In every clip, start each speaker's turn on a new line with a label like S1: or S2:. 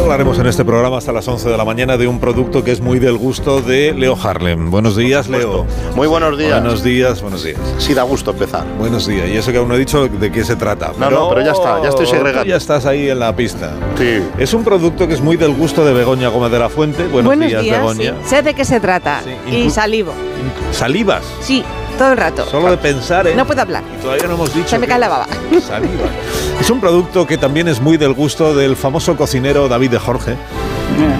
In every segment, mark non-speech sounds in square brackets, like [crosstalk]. S1: hablaremos en este programa hasta las 11 de la mañana de un producto que es muy del gusto de Leo Harlem. Buenos días, Leo.
S2: Muy buenos días.
S1: Buenos días, buenos días.
S2: Sí, da gusto empezar.
S1: Buenos días. Y eso que aún no he dicho de qué se trata.
S2: No, no, pero ya está, ya estoy
S1: tú
S2: segregando.
S1: Ya estás ahí en la pista.
S2: Sí.
S1: Es un producto que es muy del gusto de Begoña Gómez de la Fuente. Buenos, días, Begoña.
S3: sí. Sé de qué se trata.
S1: Sí,
S3: y
S1: inclu-
S3: salivo.
S1: Salivas.
S3: Sí, todo el rato.
S1: Solo de pensar, ¿eh?
S3: No puedo hablar.
S1: Y todavía no hemos dicho.
S3: Se me
S1: que-
S3: cae la baba.
S1: Saliva. Es un producto que también es muy del gusto del famoso cocinero David
S3: [laughs]
S1: de Jorge.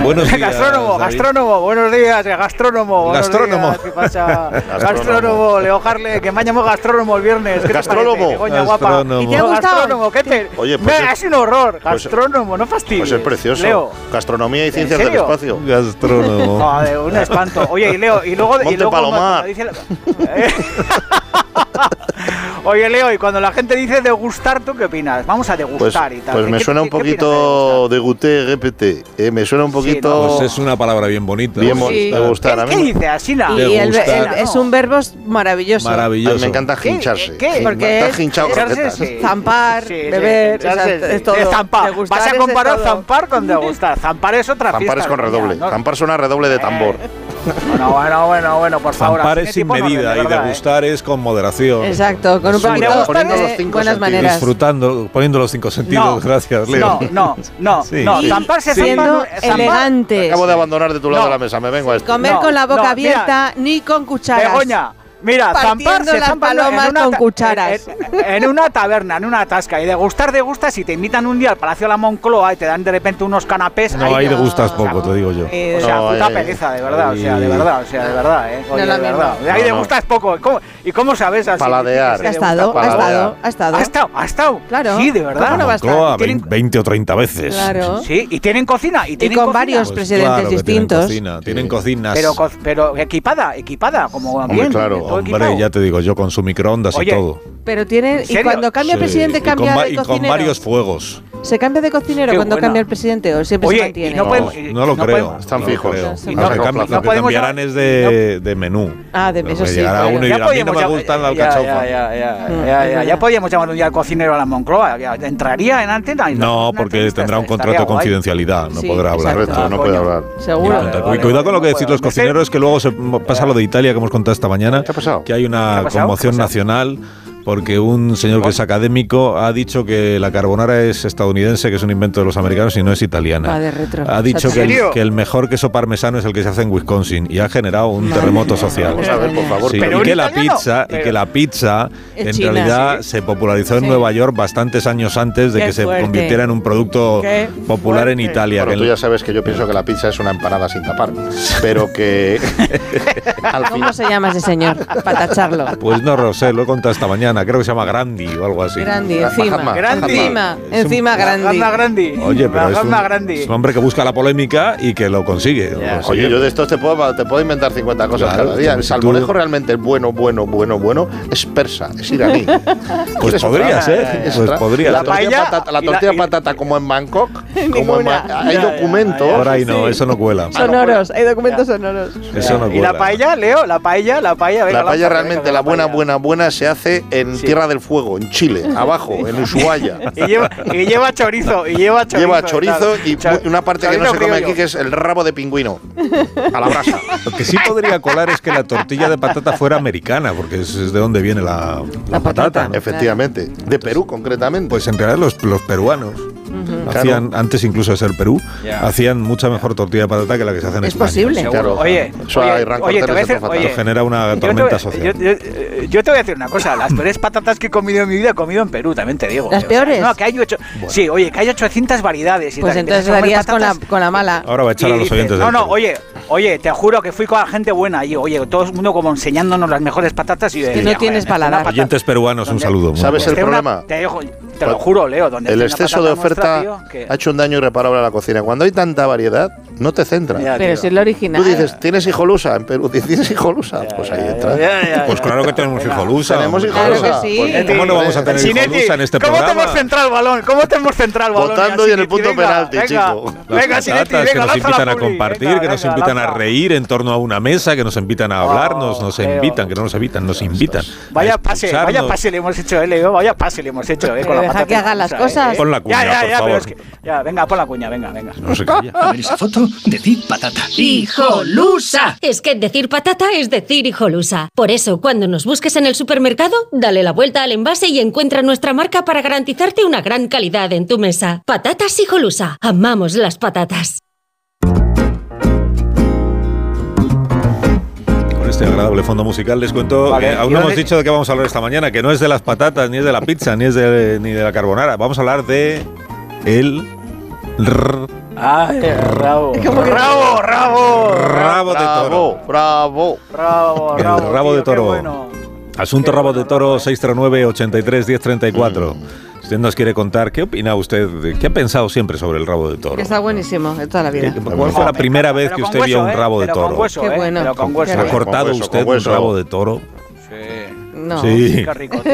S1: Buenos días.
S4: Gastrónomo,
S1: David.
S4: gastrónomo, buenos días, gastrónomo. buenos
S1: Gastrónomo.
S4: días, ¿Qué pasa?
S2: [laughs] Gastrónomo,
S4: Gastrónomo, Leo Harle, que me han llamado gastrónomo el viernes. ¿Qué te
S2: Gastrónomo.
S4: parece, Begoña, guapa?
S1: Gastrónomo. ¿Y te
S3: ha
S4: No,
S3: gustado?
S4: Gastrónomo, ¿qué te...?
S2: Oye, pues
S4: No,
S2: es-
S4: es un horror.
S2: pues-
S4: Gastrónomo, no fastidies.
S2: Pues es precioso.
S4: Leo.
S2: Gastronomía y ciencias del
S4: serio?
S2: espacio.
S1: Gastrónomo.
S4: Joder,
S2: [laughs]
S4: un espanto. Oye, y Leo, y luego...
S2: Monte
S4: y luego cuando-
S2: Palomar.
S4: cuando dice la- Eh. [laughs] Oye, Leo, y cuando la gente dice degustar, ¿tú qué opinas? Vamos a
S2: Pues,
S4: degustar y tal.
S2: pues me
S4: ¿Qué-
S2: suena un
S4: qué- qué opinas de
S2: poquito de Guté GPT. eh, me suena un
S4: Sí, ¿no?
S2: poquito.
S1: Pues es una palabra bien bonita.
S2: Bien
S1: Sí.
S2: bonita,
S3: Sí.
S2: me gusta.
S4: degustar?
S2: A
S4: ¿Qué,
S2: mí
S4: qué
S2: me-
S4: dice Asina?
S1: Le
S3: Y el-
S1: gusta.
S3: el- es un verbo maravilloso.
S2: a
S1: Maravilloso.
S2: mí me encanta
S4: ¿Qué?
S2: hincharse.
S4: ¿Qué?
S2: Me
S3: Porque
S2: encanta
S3: es-
S2: hinchar
S4: hincharse,
S2: croquetas.
S4: sí.
S3: Zampar,
S4: Sí, sí,
S3: beber,
S4: ya
S3: o sea,
S4: sé, sí.
S3: es todo.
S4: Es zampar.
S3: Degustar
S4: Vas a
S3: es
S4: comparar
S3: todo.
S4: zampar con degustar. Zampar es otra
S2: Zampar
S4: fiesta.
S2: es con
S4: coña,
S2: redoble.
S4: ¿no? Eh,
S2: Zampar suena a redoble de tambor.
S4: Bueno, bueno, bueno, bueno, por favor.
S1: Zampar
S4: así
S1: es
S4: de
S1: sin
S4: tipo no
S1: medida
S4: de
S1: y
S4: verdad, ¿eh?
S1: degustar es con moderación.
S3: Exacto, con un
S2: Es un
S3: poquito
S2: degustar
S3: de
S2: los cinco
S3: buenas
S2: sentidos.
S3: maneras.
S1: Disfrutando, poniendo los cinco sentidos.
S4: No.
S1: Gracias, Leo.
S4: No, no, no,
S1: Sí.
S4: no.
S1: Y
S4: Zampar se
S3: Siendo
S4: zampa. zampar-
S3: elegante.
S2: Acabo de abandonar de tu lado
S4: No.
S2: la mesa. Me vengo a esto.
S3: Comer
S4: No,
S3: con la boca
S4: no, mira.
S3: abierta ni con cucharas.
S4: Begoña, mira,
S3: Partiendo
S4: zampar se
S3: las
S4: zampa en
S3: palomas
S4: una
S3: con
S4: ta-
S3: cucharas.
S4: En, en una taberna, en una tasca. Y degustar, degustas. Y te invitan un día al Palacio de la Moncloa y te dan de repente unos canapés.
S1: No, ahí
S4: te-
S1: degustas
S3: no.
S1: poco, te digo yo.
S4: O sea,
S2: No,
S4: puta
S2: eh,
S4: pereza, de verdad, o sea, de
S1: eh.
S4: verdad, o sea, de verdad, eh. Oye,
S3: No es
S4: de
S3: lo
S4: verdad.
S3: mismo.
S4: Ahí
S2: No,
S4: de
S2: no.
S4: gustas poco. ¿Cómo, ¿Y cómo sabes así?
S2: Paladear.
S4: que
S3: Ha
S4: se gusta
S3: estado, ha
S2: para
S3: estado,
S2: nada.
S3: ha estado.
S1: Ah,
S4: Ha estado, ha estado.
S3: Claro.
S4: Sí, de verdad.
S3: ¿Cómo no va a estar?
S1: Moncloa,
S4: Y tienen-
S1: 20, o 30 veces.
S3: Claro.
S4: Sí, y tienen cocina. Y,
S3: Y
S4: tienen
S3: con
S4: cocina.
S3: varios
S1: Pues
S3: presidentes
S1: claro que
S3: distintos.
S1: Tienen, cocina, tienen
S2: Sí.
S1: cocinas.
S4: Pero, co- pero equipada, equipada, como
S2: Hombre,
S4: bien.
S2: claro,
S4: todo equipado.
S1: Hombre, ya te digo yo, con su microondas y
S4: Oye,
S1: todo.
S3: Pero tiene.
S4: ¿En
S3: Y
S4: serio?
S3: cuando cambia
S1: Sí,
S3: presidente,
S1: y con
S3: cambia
S1: va-
S3: de
S1: y
S3: cocinero.
S1: con varios fuegos.
S3: ¿Se cambia de cocinero
S4: Qué
S3: cuando
S4: buena.
S3: cambia el presidente o siempre se
S4: Oye,
S3: mantiene?
S4: y no,
S2: No,
S4: podemos-
S1: No lo
S4: Pues, no
S1: creo.
S4: podemos-
S2: Están
S1: no lo
S2: fijos.
S1: creo.
S3: Sí,
S1: Lo
S3: no.
S1: que
S2: No
S1: cam- lo que
S4: podemos-
S1: cambiarán es de, de menú.
S3: Ah, de- eso
S1: Me
S3: sí,
S1: Llegará
S3: claro.
S1: uno y
S4: Ya
S1: dirá, a mí no
S4: podíamos
S1: me
S4: llam-
S1: gustan la
S4: ya,
S1: alcachofa.
S4: Ya, ya, ya,
S3: Mm,
S4: ya,
S3: es
S4: ya. Ya
S3: verdad.
S4: podíamos llamar un día al cocinero a la Moncloa. ya, entraría en antena. y nos hace
S1: No,
S4: una
S1: porque
S4: entrevista,
S1: tendrá un
S4: estaría
S1: contrato de
S4: guay.
S1: confidencialidad, no
S3: Sí,
S1: podrá hablar.
S3: exacto.
S2: este Reto, no puede hablar.
S1: Ni
S3: Seguro.
S4: Vale,
S1: contar.
S4: vale,
S1: y cuidado con
S4: vale,
S1: lo que decís
S4: vale.
S1: los
S4: Me sé-
S1: cocineros, que luego se pasa lo de Italia que hemos contado esta mañana,
S2: ¿Qué ha pasado?
S1: que hay
S4: ¿Qué
S1: una
S4: ha pasado?
S1: conmoción
S4: ¿Qué ha pasado?
S1: nacional porque un señor que es académico ha dicho que la carbonara es estadounidense, que es un invento de los americanos y no es italiana.
S3: Va de retro.
S1: Ha dicho
S3: ¿En
S1: que el,
S4: serio?
S1: que el mejor queso parmesano es el que se hace en Wisconsin y ha generado un
S3: Madre
S1: terremoto
S3: mía.
S1: social.
S2: Vamos a ver, por favor.
S1: Sí,
S4: Pero
S1: y
S4: un
S1: que la
S4: italiano,
S1: pizza y
S4: pero-
S1: que la pizza
S3: Es
S1: en
S3: china,
S1: realidad
S3: sí.
S1: se popularizó en
S3: Sí.
S1: Nueva York bastantes años antes de
S3: Qué
S1: que se
S3: fuerte.
S1: convirtiera en un producto
S3: Qué
S1: popular en
S3: fuerte.
S1: Italia.
S2: Bueno,
S1: que
S2: tú
S1: en-
S2: ya sabes que yo pienso que la pizza es una empanada sin [laughs] tapar, pero que al
S3: ¿Cómo
S2: final
S3: se llama ese señor? Para tacharlo.
S1: Pues no lo sé, lo he contado esta mañana, creo que se llama Grandi o algo así.
S3: Grandi,
S2: Mahatma,
S3: encima.
S4: Gandhi.
S3: Encima,
S1: Es un-
S3: encima, grandi.
S4: Mahatma Grandi.
S1: Oye, pero es un,
S4: Mahatma Grandi.
S1: es un hombre que busca la polémica y que lo consigue. lo
S4: Ya.
S1: consigue.
S2: Oye, yo de estos te puedo, te puedo inventar 50 cosas
S1: Claro,
S2: cada día. El
S1: tú-
S2: salmorejo realmente es bueno, bueno, bueno, bueno. Es persa, es iraní.
S1: [laughs] pues
S2: ¿Quieres
S1: podría
S2: otra?
S1: ser,
S2: ¿Quieres
S1: pues
S2: otra?
S1: podría
S2: La
S1: ser.
S2: tortilla,
S4: Paella
S2: patata, la
S4: y la-
S2: tortilla
S4: y-
S2: patata, como en
S4: [laughs]
S2: Bangkok. Como en
S3: Ninguna.
S2: Ma- hay
S4: Ya, ya,
S2: documentos.
S4: ya,
S1: Por ahí no, eso no Pues cuela.
S3: Sonoros, hay documentos sonoros.
S1: Eso no
S4: y la
S1: cuela.
S4: paella, Leo, la paella, la paella. venga,
S2: La paella
S4: lanza,
S2: realmente,
S4: venga,
S2: la buena,
S4: paella.
S2: buena, buena se hace en
S4: Sí.
S2: Tierra del Fuego, en Chile, abajo,
S4: [laughs]
S2: en Ushuaia.
S4: Y lleva, y lleva chorizo, y lleva chorizo.
S2: Lleva
S4: tal.
S2: chorizo y
S4: Cho-
S2: una parte que no
S4: chorizo
S2: se come
S4: criollo.
S2: aquí, que es el rabo de pingüino. A
S4: [laughs]
S2: la brasa.
S1: Lo que sí podría colar es que la tortilla de patata fuera americana, porque es, es de donde viene la, la
S3: La patata.
S1: patata. ¿no?
S2: Efectivamente. De Perú, concretamente.
S1: Pues en realidad los, los peruanos hacían, antes incluso de ser Perú,
S4: Ya.
S1: hacían mucha mejor tortilla de patata que la que se hace en
S3: Es
S1: España.
S3: posible.
S1: Eso
S2: Claro,
S4: Oye,
S2: eso
S4: oye,
S2: hay rancor
S4: oye, te
S2: de
S4: voy a decir-
S2: resentimiento fatal.
S4: oye,
S1: genera una
S4: Yo te,
S1: tormenta
S4: voy-
S1: social.
S4: yo- yo- yo te voy a decir una cosa, las peores patatas que he comido en mi vida he comido en Perú, también te digo.
S3: ¿Las
S4: O sea,
S3: peores?
S4: no, que hay ocho, Sí, oye, que hay 800 variedades. Y
S3: Pues
S4: tal, empiezas
S3: entonces
S4: a comer
S3: darías con la,
S4: patatas
S3: con la mala.
S1: Ahora va a echar
S4: y
S1: a los
S4: dices,
S1: oyentes.
S4: No,
S1: del
S4: no,
S1: Perú.
S4: oye, oye, te juro que fui con la gente buena y oye, todo el mundo como enseñándonos las mejores patatas y yo
S3: que
S4: decía,
S3: no tienes
S4: "Joder,
S3: paladar".
S4: una patata-
S1: Oyentes peruanos, un
S4: ¿Dónde?
S1: saludo. muy
S2: ¿Sabes
S1: fuerte.
S2: el
S4: Esté una-
S2: problema?
S4: Te, dejo- te lo juro, Leo. Donde
S2: El
S4: esté una
S2: exceso de
S4: patata
S2: oferta
S4: nuestra, tío, que-
S2: ha hecho un daño irreparable a la cocina. Cuando hay tanta variedad, no te centras.
S4: Ya,
S3: Pero
S4: tío.
S3: si es lo original.
S2: Tú dices, ¿tienes hijolusa? En Perú, [laughs] ¿tienes hijolusa? pues ahí entra.
S4: Eh, Ya, ya, ya,
S1: Pues
S4: ya.
S1: claro que tenemos
S4: Venga.
S1: hijolusa.
S2: Tenemos
S1: hombre.
S3: Claro
S2: hijolusa.
S3: que sí.
S2: Pues,
S1: ¿Cómo no vamos a tener
S4: Sinetti,
S1: hijolusa en este
S4: ¿Cómo te
S1: programa?
S4: hemos centrado el balón? ¿Cómo te hemos centrado el balón?
S2: Votando
S4: Mira,
S2: y en el
S4: Sinetti,
S2: punto
S4: venga,
S2: penalti,
S4: venga,
S2: chico.
S1: Las
S4: Venga, Sinetti,
S1: patatas
S4: venga,
S1: que nos
S4: lanza la
S1: invitan a
S4: publi,
S1: compartir,
S4: venga,
S1: que nos
S4: venga,
S1: invitan a
S4: lanza.
S1: reír en torno a una mesa, que nos invitan a
S4: Oh,
S1: hablar, nos, nos
S4: Leo.
S1: invitan, que no nos invitan, nos invitan. a
S4: Vaya pase, vaya
S1: expulsarnos.
S4: pase le hemos hecho, eh, Leo, vaya pase le hemos hecho, eh, con
S3: De
S4: la
S3: deja
S4: patata
S3: que haga las
S4: infusa,
S3: cosas.
S1: Pon la cuña,
S4: ya, ya,
S1: por
S4: ya,
S1: favor.
S4: Pero es que, ya, venga, pon la cuña, venga, venga.
S1: No se calla.
S5: A ver esa foto, decir patata.
S6: ¡Hijolusa!
S7: Es que decir patata es decir hijolusa. Por eso, cuando nos busques en el supermercado, dale la vuelta al envase y encuentra nuestra marca para garantizarte una gran calidad en tu mesa. Patatas hijolusa. Amamos las patatas.
S1: Con este agradable fondo musical les cuento
S4: Vale,
S1: que aún
S4: ¿y
S1: no
S4: dónde-
S1: hemos dicho de qué vamos a hablar esta mañana, que no es de las patatas, ni es de la pizza, ni es de, ni de la carbonara. Vamos a hablar de el r-
S4: Ay, rabo.
S3: ¿Cómo que-
S4: Rabo, rabo.
S1: rabo de toro.
S2: Bravo,
S4: Rabo,
S2: bravo.
S1: El
S4: rabo.
S1: rabo de
S4: tío, qué
S1: toro.
S4: bueno.
S1: Asunto
S4: Qué
S1: rabo
S4: bueno,
S1: de toro
S4: rabo, eh.
S1: 639-83-1034.
S4: Mm.
S1: Usted nos quiere contar, ¿qué opina usted? de- ¿Qué ha pensado siempre sobre el rabo de toro?
S3: Que está buenísimo, de toda la vida.
S1: ¿Qué- ¿Cuál fue la
S4: Me
S1: primera
S4: encanta,
S1: vez
S4: pero
S1: que
S4: con
S1: usted vio
S4: hueso,
S1: un
S4: eh,
S1: rabo de
S4: pero
S1: toro?
S4: Con hueso,
S3: Qué
S4: eh,
S3: bueno.
S4: Pero con
S3: Qué
S4: hueso.
S1: ¿Ha
S4: eh.
S3: rico.
S1: cortado
S2: Con hueso,
S1: usted
S2: con hueso.
S1: un rabo de toro?
S4: Sí.
S3: No.
S1: Sí.
S4: Qué rico, tío.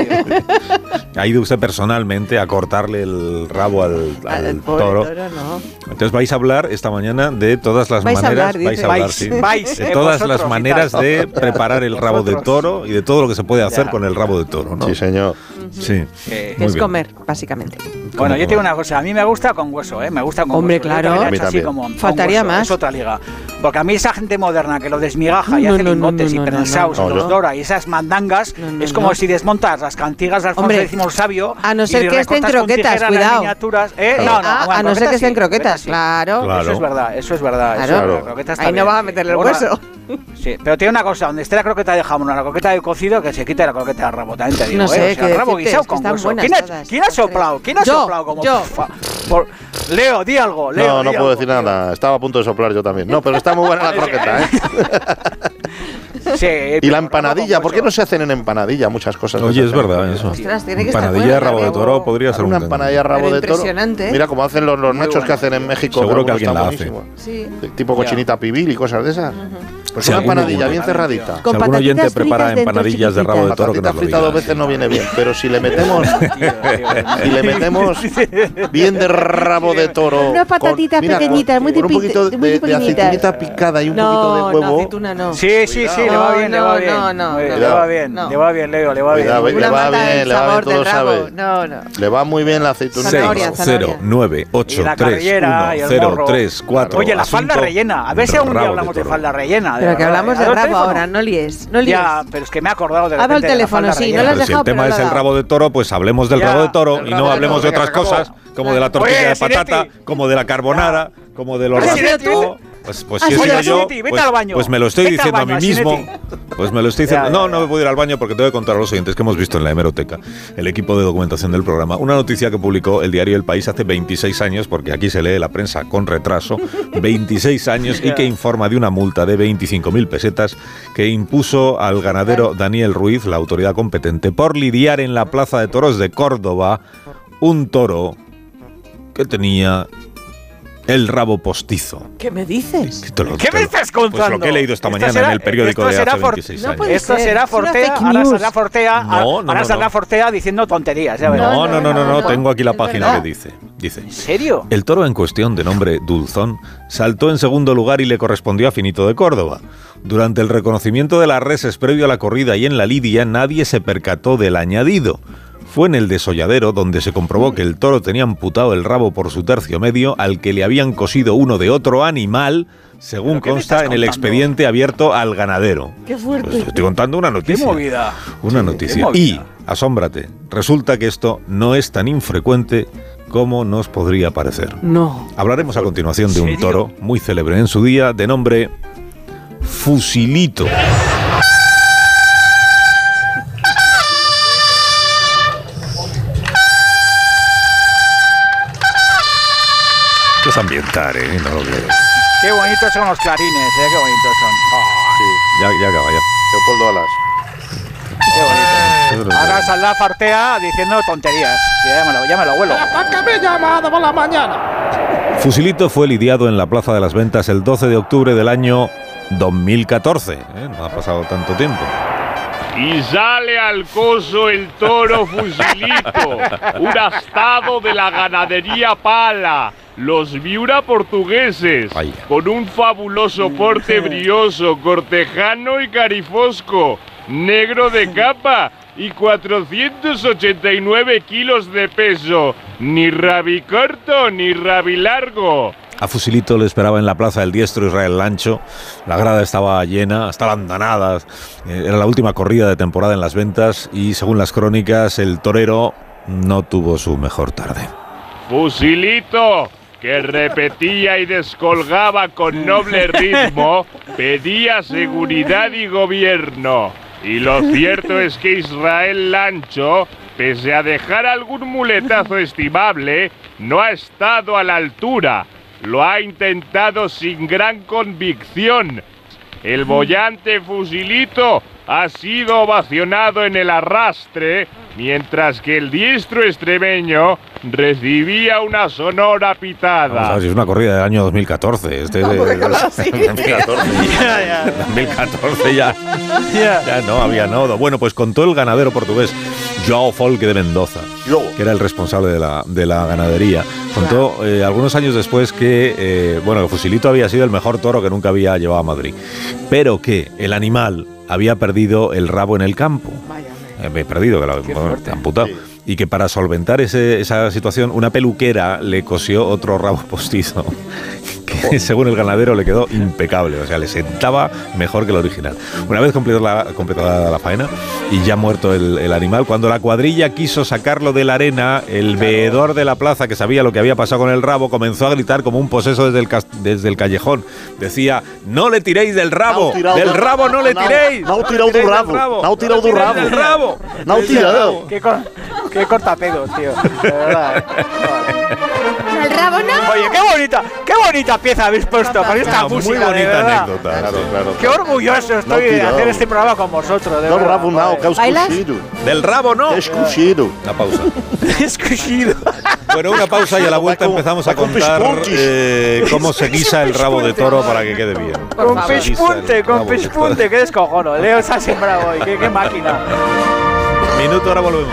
S1: ¿Ha ido usted personalmente a cortarle el rabo al,
S3: Ah,
S1: al
S3: el pobre
S1: toro?
S3: no.
S1: Entonces vais a hablar esta mañana de todas las
S3: Vais a
S1: maneras,
S3: hablar, dice.
S1: vais a hablar,
S4: Vais,
S1: sí.
S4: vais,
S1: de
S4: eh,
S1: todas
S4: vosotros
S1: las
S4: y
S1: maneras
S4: tal.
S1: de
S4: Ya,
S1: preparar el rabo de
S4: vosotros.
S1: toro y de todo lo que se puede hacer
S4: Ya.
S1: con el rabo de toro, ¿no?
S2: Sí, señor.
S1: Sí.
S4: Sí.
S3: Que
S1: Muy
S3: es
S1: bien.
S3: comer, básicamente.
S4: Bueno, yo
S1: ¿Cómo?
S4: tengo una cosa. A mí me gusta con hueso, ¿eh? Me gusta con
S3: Hombre,
S4: hueso. Yo
S3: claro.
S4: también
S2: A mí
S4: he hecho así
S2: también.
S4: como con
S3: Faltaría
S4: hueso.
S3: más.
S4: Es otra liga. Porque a mí esa gente moderna que lo desmigaja y
S3: No,
S4: hace
S3: no, no,
S4: lingotes
S3: no, no,
S4: y
S3: no,
S4: prensados
S2: no,
S4: y
S2: no.
S4: los dora y esas mandangas,
S3: No, no,
S4: es como
S3: no.
S4: si desmontas las cantigas de Alfonso
S3: Hombre,
S4: X el Sabio.
S3: a no
S4: y
S3: ser
S4: le
S3: que estén
S4: recortas con
S3: croquetas,
S4: tijeras las
S3: cuidado.
S4: miniaturas, ¿eh?
S3: Eh,
S4: No, no,
S3: ah,
S4: bueno,
S3: a no ser que
S4: croquetas
S3: estén
S4: sí,
S3: croquetas,
S4: sí.
S3: claro.
S1: Claro.
S4: Eso es verdad, eso es verdad. eso es
S3: Claro.
S4: verdad, croquetas
S3: Ahí
S4: está
S3: no
S4: bien,
S3: vas a
S4: sí.
S3: meterle el
S4: Gorda.
S3: hueso.
S4: Sí, pero tiene una cosa, donde esté la croqueta de jamón o la croqueta de cocido, que se quite la croqueta de rabo, también te digo,
S3: No
S4: ¿eh?
S3: sé,
S4: O sea,
S3: qué
S4: rabo
S3: decirte,
S4: guisado
S3: es que
S4: con
S3: están
S4: hueso.
S3: buenas
S4: ¿Quién ha,
S3: todas,
S4: ¿quién ha
S3: las tres.
S4: soplado? ¿Quién ha
S3: Yo,
S4: soplado como
S3: yo.
S4: fa- por- Leo, di algo, Leo.
S2: no, no
S4: di
S2: puedo
S4: algo,
S2: decir
S4: tío.
S2: nada. Estaba a punto de soplar yo también. No, pero está muy
S4: [laughs]
S2: buena la croqueta, ¿eh?
S4: Sí, pero
S2: Y la
S4: rabo con
S2: empanadilla. ¿Por qué
S4: hueso.
S2: no se hacen en empanadilla muchas cosas?
S1: Oye,
S2: Esas
S1: es verdad
S2: empanadillas.
S1: eso.
S3: Ostras, tiene que estar
S1: Empanadilla de
S3: buena,
S1: rabo de
S3: Diego.
S1: toro podría ser
S2: Una
S1: un
S2: empanadilla rabo
S3: Pero
S2: de toro.
S3: impresionante, ¿eh?
S2: Mira cómo hacen los, los
S4: Muy
S2: nachos que
S4: bueno.
S2: hacen en México.
S1: Seguro
S2: creo
S1: que alguien
S2: está
S1: la hace.
S2: buenísimo.
S3: Sí.
S2: De Tipo
S4: Ya.
S2: cochinita pibil y cosas de esas. Pues
S1: Sí,
S2: una
S1: alguna
S2: empanadilla
S1: buena.
S2: bien cerradita.
S1: Si algún oyente
S3: Patatitas
S1: prepara
S3: fritas dentro,
S1: empanadillas de rabo de
S3: chiquititas.
S1: toro que
S2: Patata
S1: nos lo
S2: frita
S1: diga.
S2: dos veces no viene bien, pero si le
S1: [laughs]
S2: metemos [laughs] si le metemos bien de rabo de toro.
S8: Unas patatitas
S2: mira,
S8: pequeñitas, muy
S2: con un
S8: tipi-
S2: poquito de,
S8: muy
S2: de
S8: pequeñitas.
S2: aceitunita picada y un
S3: No,
S2: poquito de
S3: no,
S2: huevo.
S3: aceituna no.
S4: Sí, sí, sí, le va
S3: No,
S4: bien, le va bien.
S3: no, no, no,
S4: Muy bien,
S2: no.
S4: Le va bien,
S3: No.
S4: le va bien, Leo, le va bien.
S2: Cuidado,
S3: Una
S2: Le va
S3: mata
S2: bien,
S3: el
S2: le va bien,
S3: sabor
S2: todo
S3: del rabo.
S2: sabe.
S3: No, no.
S2: Le va muy bien la aceitunita.
S3: Zanahoria, zanahoria.
S1: 609-831-034.
S4: Oye, la falda
S1: Asunto
S4: rellena. A ver si algún día
S1: rabo
S4: hablamos de,
S1: toro.
S4: falda rellena.
S3: Pero que
S4: verdad. ¿eh?
S3: hablamos de
S4: ¿Ahora el
S3: rabo
S4: teléfono?
S3: ahora, no lies, no lies.
S4: Ya, pero es que me he acordado de
S3: Habla
S4: repente de la
S3: el Ah, teléfono,
S4: falda
S3: sí,
S4: rellena.
S3: no las
S1: Pero si el
S3: dejado, pero
S1: tema
S3: no
S1: es
S3: lo
S1: el
S3: da.
S1: rabo de toro, pues hablemos del
S4: Ya,
S1: rabo de toro
S2: el
S1: y
S2: rabo
S1: no
S2: de
S1: hablemos
S2: toro,
S1: de
S2: venga,
S1: otras
S2: se acabó.
S1: cosas, como de la tortilla
S4: Oye,
S1: de
S4: Sinetti.
S1: patata, como de la carbonara, como de los
S4: Pero
S1: ramos.
S4: Sinetti, vete-
S1: Pues, pues
S4: Ah,
S1: si he
S4: sí,
S1: sido
S4: oye,
S1: yo,
S4: Sinetti, vete
S1: pues,
S4: al baño.
S1: pues me lo estoy
S4: Vete al
S1: diciendo a mí
S4: baño,
S1: mismo.
S4: Sinetti.
S1: Pues me lo estoy diciendo.
S4: Ya, ya,
S1: No, no
S4: ya.
S1: me puedo ir al baño porque tengo que contar a los oyentes que hemos visto en la hemeroteca, el equipo de documentación del programa, una noticia que publicó el diario El País hace 26 años, porque aquí se lee la prensa con retraso, 26 años y que informa de una multa de 25.000 pesetas que impuso al ganadero Daniel Ruiz, la autoridad competente, por lidiar en la Plaza de Toros de Córdoba un toro que tenía el rabo postizo.
S3: ¿Qué me dices?
S1: Que te lo-
S4: ¿Qué
S1: te
S4: me
S1: lo-
S4: estás
S1: Pues
S4: contando?
S1: lo que he leído esta
S4: Esto
S1: mañana
S4: será-
S1: en el periódico
S4: esto
S1: de
S4: será
S1: hace
S4: for-
S1: 26
S3: No
S1: años.
S3: puede
S4: Esto
S3: ser,
S4: será
S3: es una
S4: Fortea,
S3: fake
S4: ahora
S3: news.
S4: saldrá Fortea,
S1: No, no, no,
S4: ahora saldrá
S1: no.
S4: Fortea diciendo tonterías, ya verás.
S1: No, no, no, no, no,
S3: no,
S1: tengo aquí la
S3: es
S1: página
S3: verdad.
S1: que dice. Dice.
S4: ¿En serio?
S1: El toro en cuestión, de nombre Dulzón, saltó en segundo lugar y le correspondió a Finito de Córdoba. Durante el reconocimiento de las reses previo a la corrida y en la lidia, nadie se percató del añadido. Fue en el desolladero donde se comprobó que el toro tenía amputado el rabo por su tercio medio, al que le habían cosido uno de otro animal,
S4: ¿Pero
S1: según
S4: qué me
S1: consta
S4: estás
S1: en el
S4: contando?
S1: expediente abierto al ganadero.
S3: Qué fuerte.
S1: Pues te estoy contando una
S4: ¡Qué
S1: noticia.
S4: movida!
S1: Una
S4: Sí, qué
S1: noticia. Y,
S4: movida.
S1: asómbrate, resulta que esto no es tan infrecuente como nos podría parecer.
S3: No.
S1: Hablaremos a continuación de un
S4: ¿Serio?
S1: toro muy célebre en su día, de nombre Fusilito. Esto es ambientar, ¿eh? No lo creo.
S4: Qué bonitos son los clarines, ¿eh? qué bonitos son. Ah,
S1: Ya, ya acaba, ya.
S2: Leopoldo Alas.
S4: qué bonitos. Ahora saldrá Fortea diciendo tonterías. Ya me lo, ya me lo
S1: [laughs]
S4: abuelo.
S1: Fusilito fue lidiado en la Plaza de las Ventas el 12 de octubre del año 2014. ¿eh? No ha pasado tanto tiempo.
S9: Y sale al coso el toro fusilito, un astado de la ganadería pala. Los viura portugueses,
S1: Vaya.
S9: con un fabuloso porte brioso, cortejano y carifosco, negro de capa y 489 kilos de peso. Ni rabicorto ni rabilargo.
S1: A Fusilito le esperaba en la plaza el diestro Israel Lancho. La grada estaba llena, hasta la andanada. Eh, Era la última corrida de temporada en las ventas y, según las crónicas, el torero no tuvo su mejor tarde.
S9: Fusilito, que repetía y descolgaba con noble ritmo, pedía seguridad y gobierno. Y lo cierto es que Israel Lancho, pese a dejar algún muletazo estimable, no ha estado a la altura. Lo ha intentado sin gran convicción. El boyante fusilito ha sido ovacionado en el arrastre, mientras que el diestro extremeño recibía una sonora
S1: Vamos a
S9: pitada.
S1: ver si es una corrida del año 2014. Este es de- [laughs] 2014.
S4: Ya, ya.
S1: 2014 ya, ya no había nodo. Bueno, pues contó el ganadero portugués Joao Folke de Mendoza,
S2: Yo.
S1: que era el responsable de la, de la ganadería. Contó eh, algunos años después que, eh, bueno, que Fusilito había sido el mejor toro que nunca había llevado a Madrid, pero que el animal había perdido el rabo en el campo. Eh, me he perdido, que lo bueno, está amputado.
S2: Sí.
S1: Y que para solventar ese- esa situación, una peluquera le cosió otro rabo [laughs] postizo.
S2: Oh.
S1: Que según el ganadero le quedó impecable, o sea, le sentaba mejor que el original. Una vez completada la, completada la faena y ya muerto el, el animal, cuando la cuadrilla quiso sacarlo de la arena, el veedor de la plaza, que sabía lo que había pasado con el rabo, comenzó a gritar como un poseso desde el, cas- desde el callejón. Decía: ¡No le tiréis del rabo!
S2: No tirado
S1: ¡Del
S2: de-
S1: rabo no le
S2: no,
S1: tiréis!
S2: no tirado
S1: tiréis
S2: del
S1: del
S2: rabo, no tirado del
S1: tiréis
S2: rabo".
S1: del rabo!
S2: No tirado.
S4: Qué, cor- qué cortapedo, tío. De verdad. ¿eh?
S1: [laughs]
S3: El rabo no.
S4: Oye, qué bonita, qué bonita pieza habéis puesto con esta
S1: Ah, muy
S4: música. de
S1: bonita
S4: verdad.
S1: anécdota. sí.
S4: Qué orgulloso estoy de
S2: tirado.
S4: hacer este programa con vosotros. De
S2: No,
S4: verdad,
S2: rabo, no, que
S4: joder.
S2: es
S3: ¿Bailas?
S2: cuchido.
S1: Del rabo no.
S2: Que es cuchido.
S1: Una pausa.
S4: [laughs] Es cogido.
S1: Bueno, una pausa y a la vuelta
S2: Va con-
S1: empezamos a
S2: va con
S1: contar
S2: pispuntis.
S1: eh, cómo se guisa el rabo de toro para que quede bien.
S4: Con
S1: Cómo se guisa el
S4: pespunte,
S1: rabo
S4: con
S1: de
S4: pespunte, qué descojono. Leo se ha sembrado hoy, qué, qué máquina.
S1: toro. Minuto, ahora volvemos.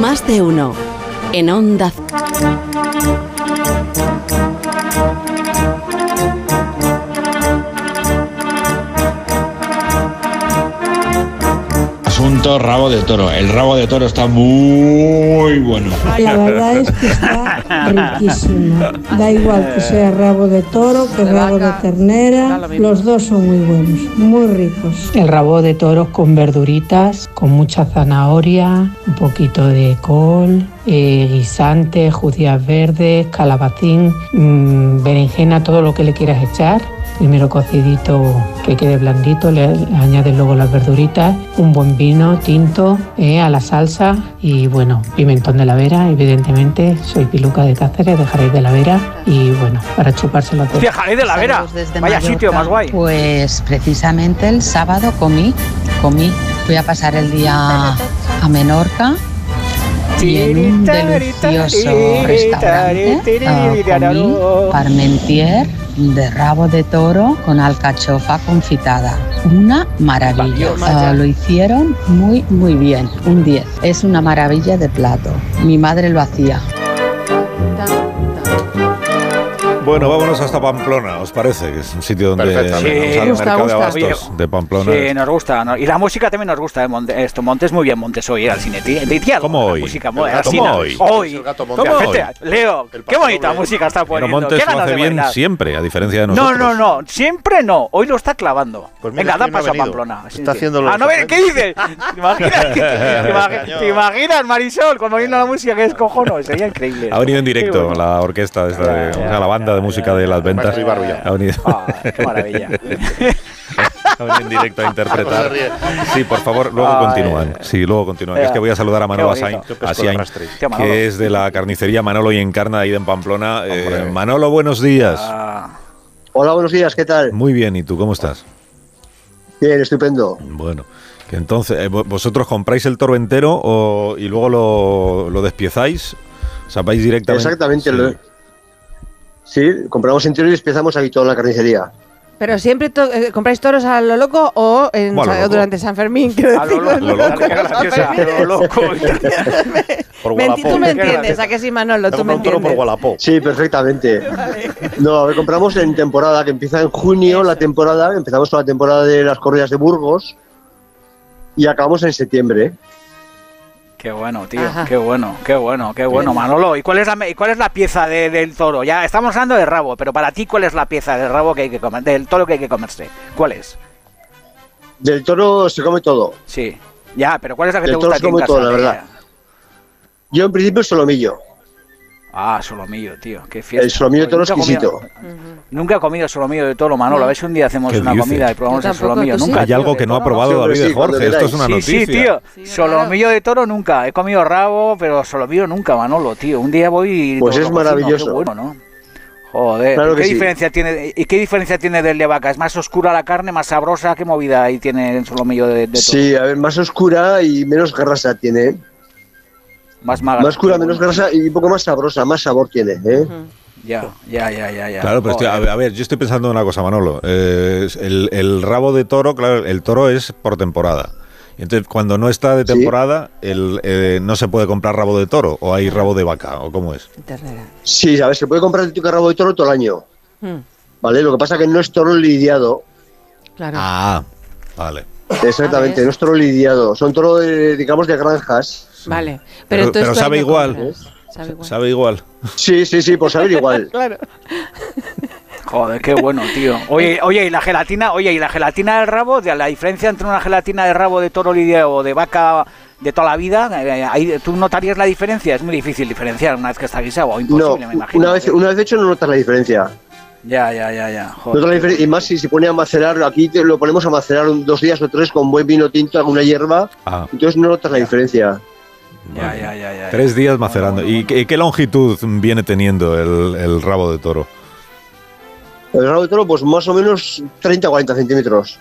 S8: Más de uno. En Onda Cero.
S10: Asunto rabo de toro. El rabo de toro está muy bueno.
S11: La verdad es que está riquísimo. Da igual que sea rabo de toro, que
S3: De
S11: rabo de
S3: vaca, da
S11: ternera,
S3: lo mismo.
S11: los dos son muy buenos, muy ricos.
S8: El rabo de toros con verduritas, con mucha zanahoria, un poquito de col, eh, guisantes, judías verdes, calabacín, mm, berenjena, todo lo que le quieras echar. Primero cocidito que quede blandito, le añades luego las verduritas, un buen vino tinto eh, a la salsa y bueno, pimentón de la vera, evidentemente, soy piluca de Cáceres, de Jerez de la vera y bueno, para chupárselo todo.
S4: Hostia, Jalí de la Vera.
S8: Saludos desde
S4: Vaya
S8: Mallorca.
S4: sitio más guay.
S8: Pues precisamente el sábado comí, comí. Fui a pasar el día a Menorca y en un delicioso restaurante ah, comí parmentier de rabo de toro con alcachofa confitada. Una maravilla. Ah, lo hicieron muy, muy bien. Un 10. Es una maravilla de plato. Mi madre lo hacía.
S1: Bueno, vámonos hasta Pamplona, ¿os parece? Que es un sitio donde
S2: Perfectamente.
S1: vamos
S4: Sí.
S1: al
S3: Gusta,
S1: mercado de
S3: gusta.
S1: abastos de Pamplona.
S4: Sí, nos gusta. no- Y la música también nos gusta. eh, Monte, esto, Montes muy bien, Montes hoy, al cine. Ti- ti- ti algo,
S1: ¿Cómo
S4: la
S1: hoy?
S4: Música, mo-
S1: El
S4: al
S1: gato
S4: cine.
S1: hoy.
S2: Es
S4: Hoy.
S2: el gato Montes.
S4: Qué
S1: ¿Cómo
S4: gente-
S1: hoy?
S4: Leo,
S2: El
S4: qué
S2: pasado
S4: bonita
S2: doble.
S4: música está
S1: Pero
S4: poniendo.
S1: Montes
S4: qué
S1: lo
S4: ganas
S1: hace
S4: de
S1: bien
S4: bailar.
S1: siempre, a diferencia de
S4: No,
S1: nosotros.
S4: no, no, siempre no. Hoy lo está clavando.
S2: Pues mira,
S4: Venga,
S2: es
S4: da
S2: que no ha
S4: paso a
S2: venido.
S4: Pamplona.
S2: Está haciéndolo
S4: Ah, no, ve-
S2: sorprendente.
S4: ¿qué dices?
S2: [laughs]
S4: ¿Te imaginas, que- te imagi- te imaginas, Marisol, cuando viene la música que es cojono? Sería increíble.
S1: Ha venido en
S4: Qué
S1: directo
S4: bueno.
S1: la orquesta, esta de- o sea, la banda de música de las ventas.
S2: Maestro Ibarrulla.
S1: Ha venido,
S4: Ah, qué maravilla.
S1: [laughs] ha venido en directo a interpretar.
S2: Marcos se ríe.
S1: Sí, por favor, luego
S4: Ay.
S1: continúan. Sí, luego continúan.
S4: Venga.
S1: Es que voy a saludar a Manolo
S4: Qué
S1: Asain,
S4: bonito.
S1: Asiain,
S4: Tío, Manolo.
S1: que es de la carnicería Manolo y Encarna ahí en Pamplona. Eh, Manolo, buenos días.
S4: Ah,
S10: Hola, buenos días, ¿qué tal?
S1: Muy bien, ¿y tú cómo estás?
S10: Bien, estupendo.
S1: Bueno, que entonces, eh, vo- ¿vosotros compráis el toro entero o- y luego lo, lo despiezáis? O sea, vais directamente.
S10: Exactamente,
S1: Sí.
S10: lo- Sí, compramos entero y empezamos aquí toda la carnicería.
S12: Pero siempre to- eh, compráis toros a lo loco o en-
S1: Bueno, a lo loco.
S12: durante San Fermín. [laughs] quiero
S1: [laughs] A
S12: decir,
S1: lo
S12: los
S1: loco, qué
S12: locos, [laughs]
S1: graciosa.
S12: San Fermín.
S1: A lo [laughs] loco.
S13: Por
S12: Me enti- tú me
S13: Qué
S12: entiendes,
S13: gracioso.
S12: ¿a que sí, Manolo? Tú me entiendes.
S13: Sí, perfectamente. No, lo compramos en temporada, que empieza en junio la temporada. Empezamos con la temporada de las corridas de Burgos y acabamos en septiembre.
S4: Qué bueno, tío, qué bueno, qué bueno, qué bueno, Manolo. ¿Y cuál es la, me- y cuál es la pieza de- del toro? Ya estamos hablando de rabo, pero para ti, ¿cuál es la pieza del rabo que hay que comer, del toro que hay que comerse? ¿Cuál es?
S13: Del toro se come todo.
S4: Sí. Ya, pero ¿cuál es la que
S13: Del
S4: te gusta
S13: toro
S4: a
S13: se
S4: ti en
S13: come
S4: casa?
S13: todo, la
S4: tío?
S13: verdad. Yo en principio solomillo.
S4: Ah, solomillo, tío, qué fiesta.
S13: El solomillo de toro
S4: Nunca he comido-
S13: exquisito.
S4: Nunca he comido solomillo de toro, Manolo. A ver si un día hacemos
S1: ¿Qué
S4: una
S1: dices?
S4: comida y probamos
S1: Yo
S4: el
S1: tampoco,
S4: solomillo.
S1: tú sí.
S4: Nunca.
S1: Hay
S4: tío,
S1: algo
S4: de
S1: que no ha
S4: toro.
S1: probado Siempre David sí, de cuando Jorge, esto queráis. es una
S4: Sí, sí,
S1: noticia.
S4: tío. solomillo de toro nunca. He comido rabo, pero solomillo nunca, Manolo, tío. Un día voy y...
S13: Pues
S4: te lo
S13: es
S4: cocino, qué
S13: maravilloso.
S4: bueno, ¿no? Joder,
S13: Claro
S4: ¿y ¿qué
S13: que sí.
S4: diferencia tiene y qué diferencia tiene del de vaca? ¿Es más oscura la carne, más sabrosa? ¿Qué movida ahí tiene el solomillo de, de toro?
S13: Sí, a ver, más oscura y menos grasa tiene.
S4: Más magra.
S13: Más oscura, menos grasa y un poco más sabrosa, más sabor tiene. ¿eh?
S4: Ya, ya, ya, ya, ya.
S1: Claro, pero estoy- a, ver, a ver, yo estoy pensando en una cosa, Manolo. Eh, es el, el rabo de toro, claro, el toro es por temporada. Entonces, cuando no está de temporada, el, eh, no se puede comprar rabo de toro o hay rabo de vaca, o cómo es.
S13: Sí, a ver, se puede comprar el típico rabo de toro todo el año.
S3: Mm,
S13: ¿Vale? Lo que pasa es que no es toro lidiado.
S12: Claro.
S1: Ah, vale.
S13: Exactamente, no es toro lidiado. Son toro, de, digamos, de granjas.
S12: Vale.
S1: Pero- entonces pero tú ahí sabe no igual.
S12: Sabe igual.
S1: Sabe igual.
S13: Sí, sí, sí, por
S12: [laughs]
S13: saber igual.
S12: Claro.
S4: Joder, qué bueno, tío. Oye, oye, y la gelatina, oye, y la gelatina del rabo, de la diferencia entre una gelatina de rabo de toro lidia o de vaca de toda la vida, eh, ahí, ¿tú notarías la diferencia? Es muy difícil diferenciar una vez que está guisado, o
S13: No,
S4: imposible, me imagino. ¿eh?
S13: una vez, una vez hecho no notas la diferencia.
S4: Ya, ya, ya, ya.
S13: No notas la
S4: Joder.
S13: diferencia. Y más si se pone a macerar, aquí te lo ponemos a macerar un- dos días o tres con buen vino tinto, alguna hierba.
S1: Ah,
S13: Entonces no notas la diferencia.
S4: Ya, ya, ya, ya.
S1: Tres días macerando. ¿Y qué, qué longitud viene teniendo el, el rabo de toro?
S13: El rabo de toro, pues más o menos 30 o 40 centímetros.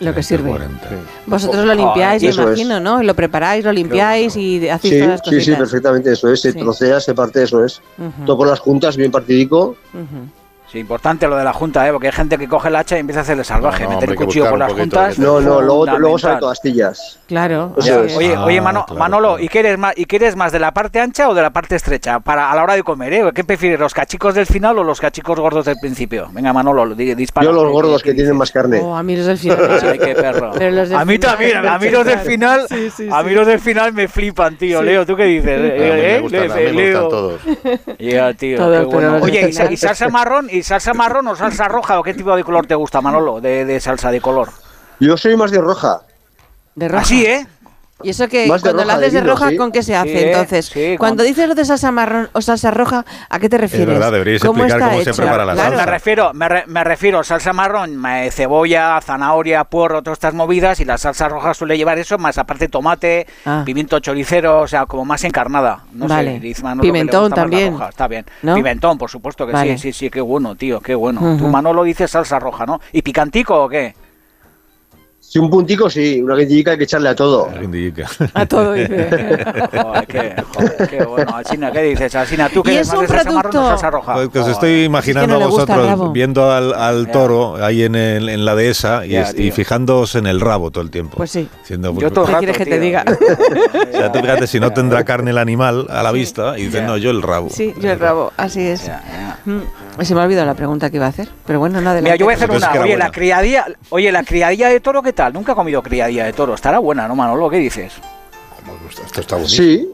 S12: Lo que sirve. Vosotros lo limpiáis, me
S13: Eso es.
S12: imagino, ¿no? Lo preparáis, lo limpiáis y hacéis
S13: Sí,
S12: todas las
S13: sí,
S12: cositas.
S13: sí, perfectamente, eso es. Se
S12: Sí.
S13: trocea, se parte, eso es.
S12: Ujú.
S13: Todo por las juntas, bien partidico.
S4: Sí, importante lo de la junta, ¿eh? porque hay gente que coge el hacha y empieza a hacerle salvaje,
S13: No, no,
S4: meter
S13: hombre,
S4: el
S13: hay que
S4: cuchillo
S13: buscar
S4: por
S13: un
S4: las
S13: poquito
S4: juntas.
S13: de- No, no, luego- luego sale
S4: Fundamental.
S13: todas astillas.
S12: Claro.
S13: Eso
S4: Ya,
S13: es.
S4: Oye, oye
S13: Ah,
S4: Mano-
S13: claro,
S4: Manolo, ¿y qué eres más, y qué eres más de la parte ancha o de la parte estrecha? Para a la hora de comer, ¿eh? ¿Qué prefieres, los cachicos del final o los cachicos gordos del principio? Venga, Manolo, di- dispara.
S13: Yo los gordos que tienen más carne.
S12: Oh, a mí los del
S4: [laughs]
S12: final.
S4: Ay, qué perro.
S12: Pero los del
S4: a mí
S12: final,
S4: también, a mí los del
S12: claro.
S4: final, a mí los del final me flipan, tío.
S12: Sí.
S4: Leo, ¿tú qué dices?
S12: A mí
S2: me
S4: ¿Eh?
S2: gustan, a mí
S4: Dice,
S2: me gustan
S4: Leo.
S2: todos.
S4: Ya, tío,
S2: Todos,
S4: qué
S2: pero
S4: bueno.
S2: los del
S4: Oye, ¿y, sa-
S2: final.
S4: y salsa marrón, y salsa marrón o salsa roja o qué tipo de color te gusta, Manolo? De, de salsa de color.
S13: Yo soy más de roja.
S12: De roja.
S4: Así, ¿eh?
S12: Y eso que
S13: Más de
S12: cuando lo
S13: roja,
S12: haces de
S13: de vino,
S12: roja,
S13: sí.
S12: ¿con qué se hace
S13: Sí,
S12: entonces?
S13: sí, con-
S12: Cuando dices lo de salsa marrón o salsa roja, ¿a qué te refieres?
S1: verdad, deberíais explicar cómo se prepara la
S12: Claro.
S1: salsa.
S4: Me refiero, me, re- me refiero salsa marrón, eh, cebolla, zanahoria, puerro, todas estas movidas y la salsa roja suele llevar eso, más aparte tomate,
S12: Ah.
S4: pimiento choricero, o sea, como más encarnada. No
S12: Vale.
S4: sé, dice Manolo que le
S12: Pimentón
S4: gusta más la
S12: también.
S4: roja, Está bien.
S12: ¿No?
S4: Pimentón, por supuesto que
S12: Vale.
S4: sí, sí, sí, qué bueno, tío, qué bueno. Tú,
S12: Ujú.
S4: Manolo, dices salsa roja, ¿no? ¿Y picantico o qué?
S13: Si un puntico, sí, una guindillica hay que echarle a todo.
S12: A
S1: [laughs]
S12: todo, dice.
S4: Joder, qué, joder, qué bueno. Alcina, ¿qué dices? Alcina, ¿tú
S12: Y
S4: qué
S12: es
S4: eres más
S12: un
S4: de salsa marrón o
S12: producto-
S4: salsa roja?
S1: Pues que os estoy
S12: Es
S1: imaginando
S12: que no
S1: a
S12: le gusta el
S1: vosotros
S12: rabo.
S1: viendo al, al toro ahí en, el- en la dehesa y,
S4: Ya,
S1: es- y
S4: tío.
S1: fijándoos en el rabo todo el tiempo.
S12: Pues sí.
S1: Siendo-
S4: Yo todo el
S12: ¿Qué
S4: rato,
S12: quieres que te
S4: tío. [laughs]
S12: diga?
S1: O sea, tú fíjate, si no tendrá carne el animal a la vista y dices, no, yo el rabo.
S12: Sí, yo el rabo, así es. Mm, Se me ha olvidado la pregunta que iba a hacer, pero bueno, nada.
S4: Mira, yo voy a hacer una. Oye, la
S12: la
S4: criadilla, oye, la criadilla de toro, ¿qué tal? Nunca he comido criadilla de toro. Estará buena, ¿no, Manolo? ¿Qué dices?
S2: Esto está bonito.
S13: Sí.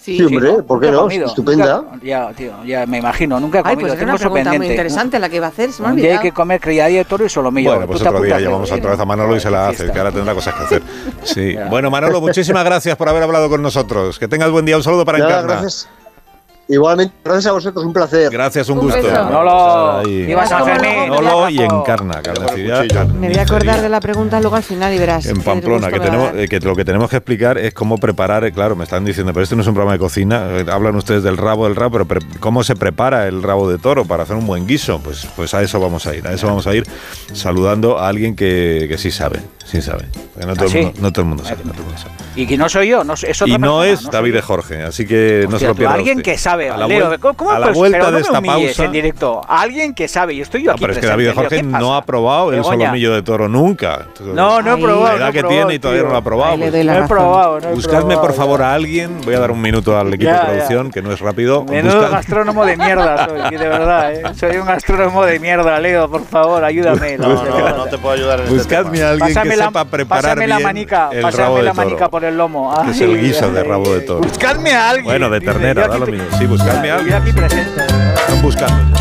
S13: Sí, hombre, ¿por qué
S4: Nunca he
S13: no?
S4: comido,
S13: Estupenda.
S4: nunca- ya, tío, ya me imagino. Nunca he comido.
S12: Ay, pues era
S4: Tengo
S12: una
S4: eso
S12: pregunta muy
S4: pendiente.
S12: interesante la que iba a hacer, se me ha
S4: Un día hay
S12: olvidado.
S4: que comer criadilla de toro y solomillo.
S1: Bueno, pues
S4: Tú te
S1: otro día
S4: apuntas,
S1: llevamos
S12: ¿eh?
S4: ¿no?
S1: otra vez a Manolo y se la hace, que ahora tendrá cosas que hacer. Sí. Bueno, Manolo, muchísimas gracias por haber hablado con nosotros. Que tengas buen día. Un saludo para
S13: Nada,
S1: Encarna.
S13: gracias. Igualmente, gracias a vosotros, un placer.
S1: Gracias, un, gusto.
S4: Manolo, viva San Fermín.
S1: Manolo y Encarna. Carnicería
S12: Me voy a acordar de la pregunta luego al final y verás.
S1: En
S12: qué
S1: Pamplona,
S12: gusto
S1: que,
S12: me va a
S1: tenemos,
S12: dar.
S1: eh, que lo que tenemos que explicar es cómo preparar, eh, claro, me están diciendo, pero esto no es un programa de cocina, eh, hablan ustedes del rabo, del rabo, pero pre- ¿cómo se prepara el rabo de toro para hacer un buen guiso? Pues, pues a eso vamos a ir, a eso vamos a ir saludando a alguien que, que sí sabe, sí sabe. Porque No todo,
S4: ¿Ah, sí?
S1: el mundo, no todo el mundo sabe. no todo el mundo sabe.
S4: Y que no soy yo, no, es otra
S1: Y no
S4: persona,
S1: es
S4: soy
S1: David de Jorge, así que no se
S4: Hostia,
S1: lo
S4: tú,
S1: pierda
S4: Alguien
S1: usted.
S4: que sabe ver,
S1: A la
S4: Leo,
S1: vuel-
S4: ¿cómo- cómo
S1: a la
S4: pues,
S1: vuelta
S4: pero no
S1: de esta
S4: me humilles
S1: pausa-
S4: en directo? A alguien que sabe, y estoy yo
S1: No,
S4: aquí
S1: pero es que
S4: presente,
S1: David
S4: Leo,
S1: Jorge
S4: ¿qué pasa?
S1: no ha probado el
S4: Begoña.
S1: solomillo de toro nunca.
S4: No, no he Ay. probado,
S1: La
S4: no
S1: edad
S4: he
S1: que
S4: probado,
S1: tiene y todavía
S4: tío.
S1: no lo ha probado. pues,
S4: Ahí le doy la No he razón. probado, no he
S1: Buscadme,
S4: probado,
S1: por favor, a alguien. Voy a dar un minuto al equipo
S4: Ya,
S1: de producción, que no es rápido.
S4: Menudo
S1: Buscad- [laughs]
S4: gastrónomo de mierda soy, de verdad, ¿eh? soy un gastrónomo de mierda, Leo, por favor, ayúdame.
S1: [laughs]
S2: No, no, no te puedo ayudar en este
S1: Buscadme a alguien que sepa preparar
S4: pásame la
S1: bien
S4: manica,
S1: el
S4: pásame
S1: rabo de
S4: la
S1: toro.
S4: manica por el lomo.
S1: que es el
S4: Ay,
S1: guiso de
S4: ay,
S1: rabo de toro.
S4: Buscadme a alguien.
S1: Bueno, de
S4: dice,
S1: ternera,
S4: yo
S1: da
S4: aquí
S1: lo
S4: te-
S1: mismo. Sí, buscadme
S4: yo
S1: a alguien.
S4: aquí presente.
S1: Están buscando.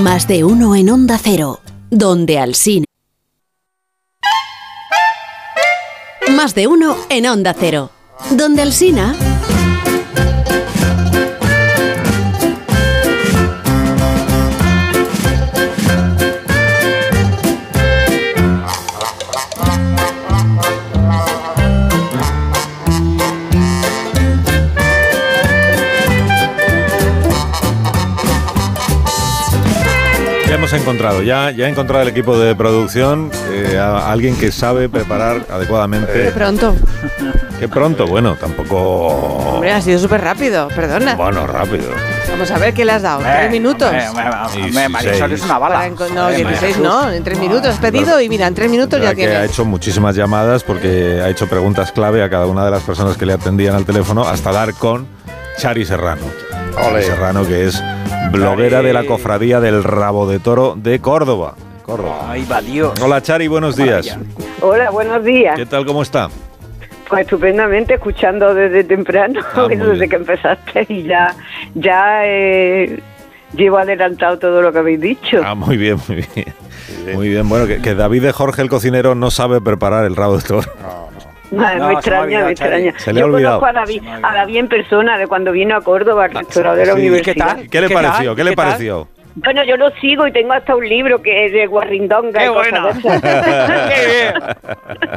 S14: Más de uno en Onda Cero, donde Alsina. Más de uno en Onda Cero, donde Alsina.
S1: Ya hemos encontrado, ya, ya he encontrado el equipo de producción, eh, a- alguien que sabe preparar adecuadamente.
S12: De
S4: Eh.
S12: pronto.
S1: Que pronto, bueno, tampoco.
S12: Hombre, ha sido súper rápido, perdona.
S1: Bueno, rápido.
S12: Vamos a ver qué le has dado.
S4: Hombre,
S12: Tres minutos.
S4: hombre, Eh, hombre, hombre,
S1: Dieciséis.
S4: Marisol es una
S12: Para
S4: bala.
S12: enco- No,
S4: Hombre,
S12: 16
S4: Marisol.
S12: no, en tres minutos has pedido y mira, en tres minutos
S1: Ya
S12: ya
S1: que ha
S12: tienes.
S1: hecho muchísimas llamadas porque ha hecho preguntas clave a cada una de las personas que le atendían al teléfono hasta dar con Chari Serrano. Chari Serrano que es bloguera de la cofradía del Rabo de Toro de Córdoba. Córdoba.
S4: Ay, va Dios.
S1: Hola Chari, buenos días.
S15: Hola, buenos días.
S1: ¿Qué tal? ¿Cómo está?
S15: Pues estupendamente, escuchando desde temprano,
S1: Ah,
S15: [laughs]
S1: muy
S15: desde
S1: bien.
S15: que empezaste y ya, ya eh, llevo adelantado todo lo que habéis dicho. [laughs]
S1: Ah, muy bien, muy bien. Muy bien, bueno, que, que David de Jorge el cocinero no sabe preparar el rabo de toro.
S15: Ah,
S1: No,
S15: me
S1: se me ha
S15: extraña,
S1: olvidado,
S15: me
S1: Chari.
S15: extraña.
S1: Se le ha
S15: Yo conozco
S1: olvidado.
S15: a David, a David en persona de cuando vino a Córdoba, al restaurado de la
S1: Sí.
S15: universidad.
S1: ¿Qué le
S15: ¿Qué tal?
S1: pareció? ¿Qué le
S15: ¿Qué tal?
S1: pareció?
S15: Bueno, yo lo sigo y tengo hasta un libro que es de Guarrindonga. ¡Qué bueno!
S1: [laughs]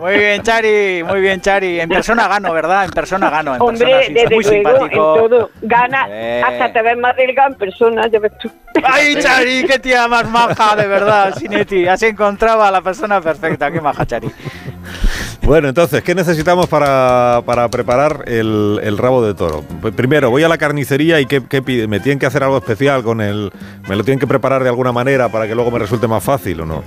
S4: Muy bien, Chari, muy bien, Chari. En persona gano, ¿verdad? En persona gano. En persona,
S15: Hombre,
S4: sí,
S15: desde
S4: muy
S15: luego, en
S4: simpático.
S15: todo. Gana,
S4: Eh.
S15: hasta te ves más delgada en persona, ya ves tú. [laughs]
S4: ¡Ay, Chari, qué tía más maja, de verdad, Sinetti! Has encontrado a la persona perfecta, qué maja, Chari.
S1: Bueno, entonces, ¿qué necesitamos para, para preparar el, el rabo de toro? P- Primero, voy a la carnicería y ¿qué, qué pide? ¿Me tienen que hacer algo especial con el...? ¿Me lo tienen que preparar de alguna manera para que luego me resulte más fácil o no?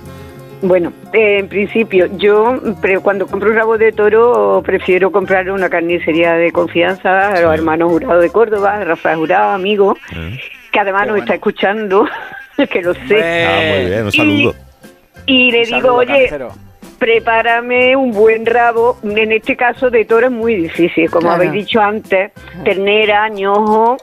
S15: Bueno, eh, en principio, yo pre- cuando compro un rabo de toro prefiero comprar una carnicería de confianza a los hermanos Jurado de Córdoba, a Rafael Jurado, amigo, que además nos está escuchando, [laughs] que lo
S4: Eh,
S15: sé.
S1: Ah, muy bien, un saludo.
S15: Y le
S1: Un
S15: digo,
S1: saludo,
S15: oye,
S1: carnicero".
S15: prepárame un buen rabo. En este caso de toro es muy difícil, como
S16: Claro.
S15: habéis dicho antes, ternera, ñojo.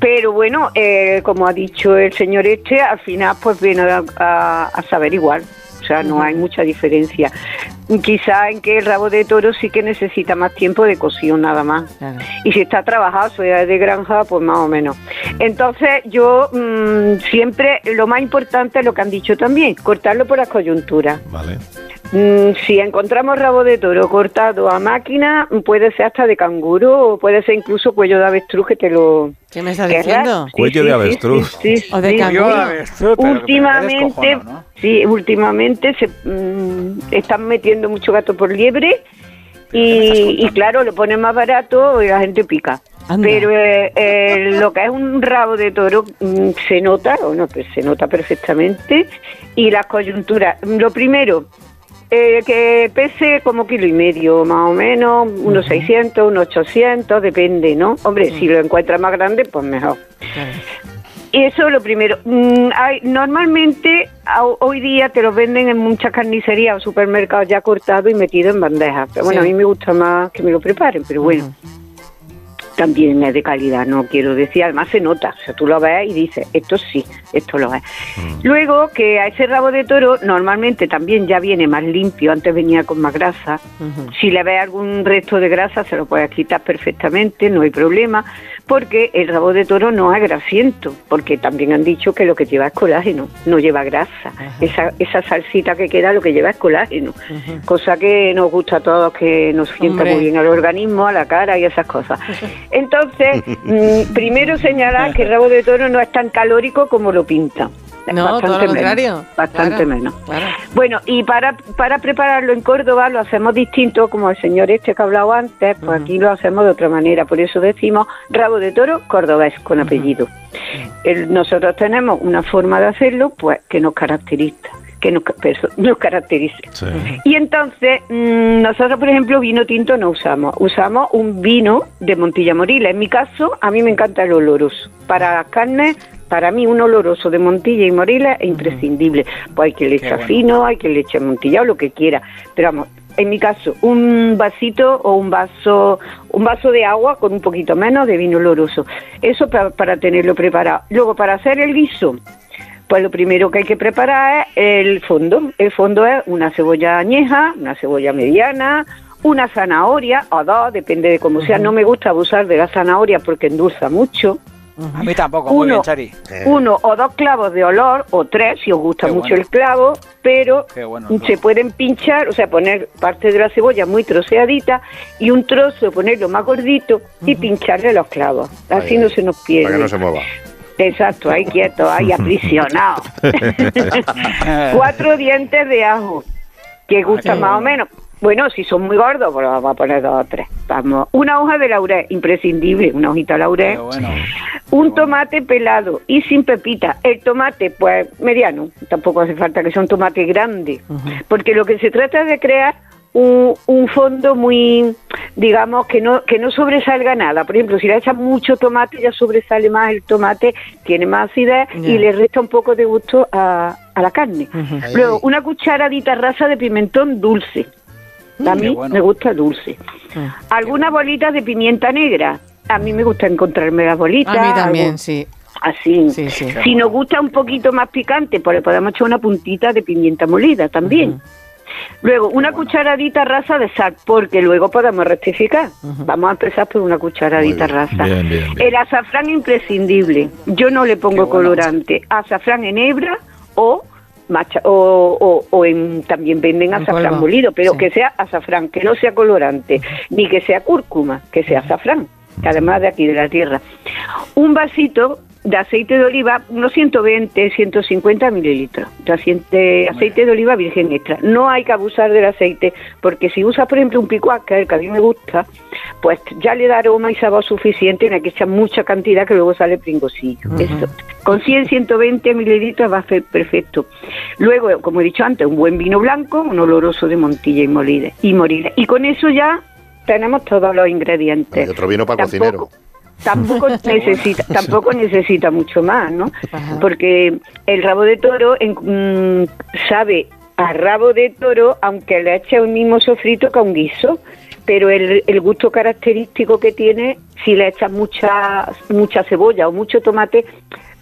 S15: Pero bueno, eh, como ha dicho el señor este, al final pues viene a, a- a saber igual. O sea, no hay mucha diferencia. Quizá en que el rabo de toro sí que necesita más tiempo de cocción nada más. Y si está trabajado, si es de granja, pues más o menos. Entonces yo mm, siempre, lo más importante es lo que han dicho también, cortarlo por las coyunturas.
S1: Vale.
S15: Mm, Si encontramos rabo de toro cortado a máquina, puede ser hasta de canguro o puede ser incluso cuello de avestruz que te lo...
S12: ¿Qué me estás
S15: que es la-
S12: diciendo?
S15: Sí,
S1: Cuello
S15: sí,
S1: de
S15: sí,
S1: avestruz.
S15: sí, sí,
S12: O de
S15: sí.
S12: canguro.
S4: [laughs]
S15: Últimamente, sí, últimamente se mm, están metiendo mucho gato por liebre y, y claro, lo ponen más barato y la gente pica. Pero eh, eh, lo que es un rabo de toro mm, se nota, o no, pues se nota perfectamente y las coyunturas. Lo primero, eh, que pese como kilo y medio, más o menos, unos 600, unos 800, depende, ¿no? Hombre, si lo encuentras más grande, pues mejor. [laughs] Y Eso es lo primero. Mm, hay- normalmente a- hoy día te los venden en muchas carnicerías o supermercados ya cortado y metido en bandejas. Pero bueno,
S12: Sí.
S15: a mí me gusta más que me lo preparen, pero bueno. También es de calidad, no quiero decir, además se nota, o sea, tú lo ves y dices, esto sí, esto lo ves. Luego que a ese rabo de toro normalmente también ya viene más limpio, antes venía con más grasa, si le ves algún resto de grasa, se lo puedes quitar perfectamente, no hay problema, porque el rabo de toro no es grasiento, porque también han dicho que lo que lleva es colágeno, no lleva grasa. Esa, esa salsita que queda lo que lleva es colágeno, cosa que nos gusta a todos, que nos sienta
S16: Hombre.
S15: muy bien al organismo, a la cara y esas cosas. Entonces, mm, primero señalar que el rabo de toro no es tan calórico como lo pinta.
S12: No, todo lo
S15: menos,
S12: contrario.
S15: bastante
S12: Claro,
S15: menos. Bueno, y para, para prepararlo en Córdoba lo hacemos distinto, como el señor este que ha hablado antes, pues aquí lo hacemos de otra manera. Por eso decimos rabo de toro cordobés con apellido. El- nosotros tenemos una forma de hacerlo pues que nos caracteriza. Que nos, ca- perso- nos caracteriza. Y entonces, mm, nosotros, por ejemplo, vino tinto no usamos. Usamos un vino de Montilla Morila. En mi caso, a mí me encanta el oloroso. Para las carnes, para mí, un oloroso de Montilla y Morila es imprescindible. Pues hay que le
S16: Qué
S15: echa
S16: bueno.
S15: fino, hay que le echa Montilla o lo que quiera. Pero vamos, en mi caso, un vasito o un vaso, un vaso de agua con un poquito menos de vino oloroso. Eso pa- para tenerlo preparado. Luego, para hacer el guiso, pues lo primero que hay que preparar es el fondo. El fondo es una cebolla añeja, una cebolla mediana, una zanahoria o dos, depende de cómo sea. No me gusta abusar de la zanahoria porque endulza mucho.
S4: A mí tampoco, muy
S15: Uno.
S4: bien, Chari.
S2: Eh.
S15: Uno o dos clavos de olor, o tres si os gusta
S4: Qué
S15: mucho
S4: bueno.
S15: el clavo, pero
S4: Qué bueno,
S15: se pueden pinchar, o sea, poner parte de la cebolla muy troceadita y un trozo, ponerlo más gordito y pincharle los clavos. Así
S2: Ahí,
S15: no se nos pierde.
S2: Para que no se mueva.
S15: Exacto, ahí quieto,
S2: [laughs]
S15: ahí aprisionado.
S4: [laughs]
S15: Cuatro dientes de ajo, que gusta
S12: Ah,
S16: qué
S15: más o
S16: bueno.
S15: menos. Bueno, si son muy gordos, pues vamos a poner dos o tres. Vamos. Una hoja de laurel, imprescindible, una hojita de laurel. Un tomate pelado y sin pepita. El tomate, pues mediano, tampoco hace falta que sea un tomate grande, porque lo que se trata es de crear un, un fondo muy, digamos, que no, que no sobresalga nada. Por ejemplo, si le echas mucho tomate, ya sobresale más el tomate, tiene más acidez y
S16: Ya.
S15: le resta un poco de gusto a, a la carne.
S16: Ahí.
S15: Luego, una cucharadita rasa de pimentón dulce. A
S16: Mm, qué
S15: mí
S16: bueno.
S15: me gusta dulce.
S12: Ah,
S15: Algunas bolitas de pimienta negra. A mí me gusta encontrarme las bolitas.
S12: A mí también,
S15: algún-
S12: sí.
S15: Así.
S12: Sí, sí.
S15: Si nos gusta un poquito más picante, pues le podemos echar una puntita de pimienta molida también. Luego, una cucharadita rasa de sal, porque luego podemos rectificar. Vamos a empezar por una cucharadita rasa.
S1: Bien, bien.
S15: El azafrán imprescindible. Yo no le pongo colorante. Azafrán en hebra o macha- o, o- o en- también venden azafrán
S16: polvo,
S15: molido, pero que sea azafrán, que no sea colorante, ni que sea cúrcuma, que sea azafrán, que además de aquí de la tierra. Un vasito de aceite de oliva, unos 120, 150 mililitros de aceite, aceite de oliva virgen extra. No hay que abusar del aceite, porque si usas, por ejemplo, un picuac, que es el que a mí me gusta, pues ya le da aroma y sabor suficiente, no hay que echar mucha cantidad que luego sale pringosillo. Eso. Con 100, 120 mililitros va a ser perfecto. Luego, como he dicho antes, un buen vino blanco, un oloroso de Montilla y Molida. Y, Morida. y con eso ya tenemos todos los ingredientes.
S2: Y otro vino para
S15: Tampoco-
S2: cocinero.
S15: Tampoco necesita, tampoco necesita mucho más, ¿no? Porque el rabo de toro en- mm, sabe a rabo de toro, aunque le eche un mismo sofrito que a un guiso, pero el, el gusto característico que tiene, si le echas mucha, mucha cebolla o mucho tomate,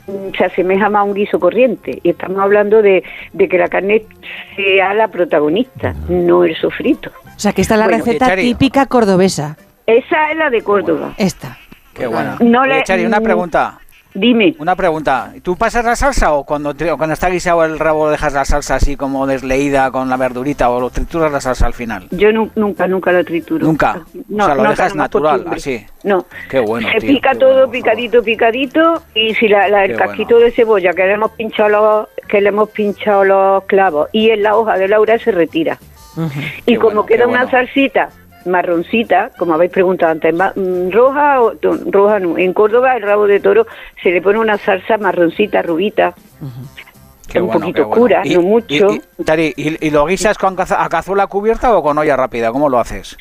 S15: mm, se asemeja más a un guiso corriente. Y estamos hablando de, de que la carne sea la protagonista, no el sofrito.
S12: O sea, que esta es la
S15: Bueno,
S12: receta
S15: Chari.
S12: típica cordobesa.
S15: Esa es la de Córdoba.
S12: Esta.
S4: Qué buena.
S15: No le-
S4: Oye, Chari, una
S15: mm,
S4: pregunta.
S15: Dime.
S4: Una pregunta. ¿Tú pasas la salsa o cuando, te- o cuando está guisado el rabo dejas la salsa así como desleída con la verdurita o lo trituras la salsa al final?
S15: Yo nu- nunca, nunca lo trituro.
S4: Nunca.
S15: No,
S4: o sea, lo
S15: no
S4: dejas
S15: tenemos
S4: natural,
S15: costumbre.
S4: así.
S15: No.
S4: Qué bueno.
S15: Se
S4: tío,
S15: pica
S4: qué
S15: todo picadito, picadito y si la, la- el
S4: Qué
S15: casquito de cebolla que le hemos pinchado los, que le hemos pinchado los clavos y en la hoja de laurel se retira. Y como queda una salsita marroncita, como habéis preguntado antes, ma- mm, roja o no, roja no. En Córdoba el rabo de toro se le pone una salsa marroncita, rubita,
S4: Qué
S15: un
S4: bueno,
S15: poquito
S4: qué bueno.
S15: oscura,
S4: Y-
S15: no
S4: y-
S15: mucho.
S4: y- Chari, ¿y, y lo guisas con caza- a cazuela cubierta o con olla rápida? ¿Cómo lo haces?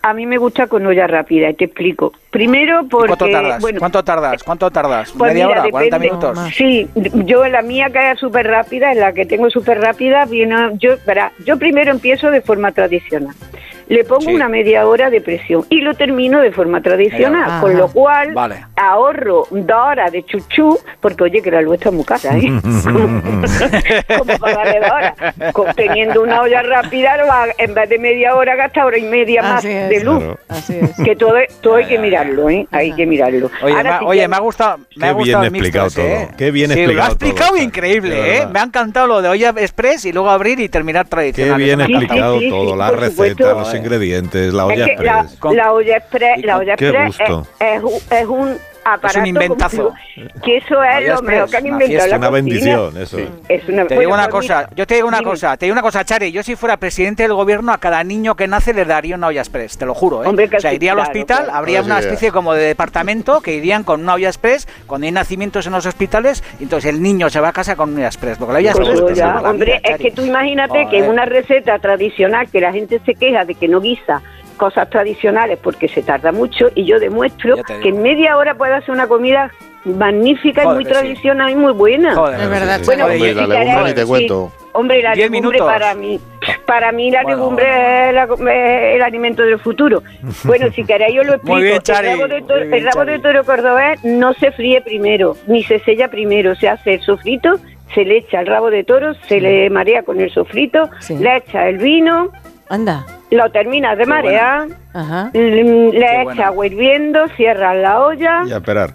S15: A mí me gusta con olla rápida y te explico. Primero porque
S4: ¿Cuánto tardas?
S15: bueno,
S4: ¿Cuánto tardas? ¿Cuánto tardas?
S15: Pues
S4: ¿Media
S15: mira,
S4: hora? ¿40
S15: depende.
S4: minutos?
S15: Sí, yo la mía que es súper rápida, en la que tengo súper rápida, viene, yo, verá, yo primero empiezo de forma tradicional. Le pongo
S16: Sí.
S15: una media hora de presión y lo termino de forma tradicional,
S16: Media hora.
S15: con lo
S16: Ajá.
S15: cual
S16: Vale.
S15: ahorro dos horas de chuchú, porque oye, que la luz está muy cara,
S4: [laughs]
S15: ¿eh? Como pagarle dos horas. Co- Teniendo una olla rápida, lo ha- en vez de media hora, gasta hora y media más
S4: Así es.
S15: de luz.
S4: Claro.
S15: Que todo, todo hay que mirarlo, ¿eh? Hay que mirarlo.
S4: Oye,
S15: Ahora,
S4: ma-
S15: si
S4: oye,
S15: quieres-
S4: me ha gustado, me ha
S1: Qué bien
S4: gustado el
S1: explicado
S4: mixto ese,
S1: todo.
S4: ¿eh?
S1: Qué bien
S4: Sí, Lo ha
S1: explicado todo,
S4: explicado
S1: Chari, de
S4: increíble, ¿eh?
S1: verdad.
S4: Me ha encantado lo de olla express y luego abrir y terminar
S1: Qué
S4: tradicional.
S1: bien
S4: Eso me ha
S1: explicado
S4: encantado.
S1: todo, la receta, los ingredientes, la
S15: Es
S1: olla
S15: que la,
S1: express.
S15: la olla express, la olla
S1: qué
S15: express es,
S1: gusto.
S15: es un- es un aparato.
S4: un inventazo.
S15: como- que eso es
S4: Había
S15: lo mejor que han
S4: express, una
S15: inventado.
S4: fiesta.
S15: la
S4: Una
S15: cocina.
S1: bendición, eso. Sí.
S15: Es una-
S4: Te
S15: bueno,
S4: digo una
S15: pues
S4: cosa,
S15: mira,
S4: yo te digo una
S15: dime.
S4: cosa, te digo una cosa, Chari, yo si fuera presidente del gobierno a cada niño que nace le daría una olla express, te lo juro, ¿eh?
S15: Hombre, que
S4: o sea,
S15: sí,
S4: iría al
S15: claro,
S4: hospital,
S15: claro.
S4: habría
S15: Ahora
S1: Pues
S15: sí
S4: una
S15: que-
S4: especie como de departamento que irían con una olla express, cuando hay nacimientos en los hospitales, y entonces el niño se va a casa con una olla express, porque la olla
S15: Pues
S4: express
S15: yo
S4: te
S15: ya,
S4: salva la
S15: hombre,
S4: vida,
S15: es
S4: Chari.
S15: que tú imagínate que en
S4: Joder.
S15: una receta tradicional que la gente se queja de que no guisa cosas tradicionales porque se tarda mucho y yo demuestro
S4: te digo.
S15: que en media hora puedo hacer una comida magnífica
S4: Joder,
S15: y muy
S4: que sí.
S15: tradicional y muy buena.
S4: Joder, Es verdad, sí, sí.
S15: Bueno,
S4: Hombre,
S15: y
S4: la
S15: si te
S4: legumbre
S15: harás-
S4: ni te
S15: sí.
S4: cuento.
S15: Hombre, la
S4: Diez
S15: legumbre
S4: minutos.
S15: para mí, para mí la legumbre es la co- es el alimento
S4: [laughs]
S15: del futuro. Bueno, si queréis yo lo explico.
S4: Muy bien,
S15: El
S4: Chari,
S15: rabo de toro-
S4: muy bien,
S15: el rabo de
S4: Chari.
S15: toro cordobés no se fríe primero, ni se sella primero, se hace el sofrito, se le echa el rabo de toro, se le marea con el sofrito, le echa el vino,
S12: Anda.
S15: lo terminas de
S12: Qué bueno.
S15: marear,
S12: Ajá.
S15: mm, le
S12: Qué
S15: echa
S12: bueno.
S15: agua hirviendo, cierras la olla,
S1: Y a esperar.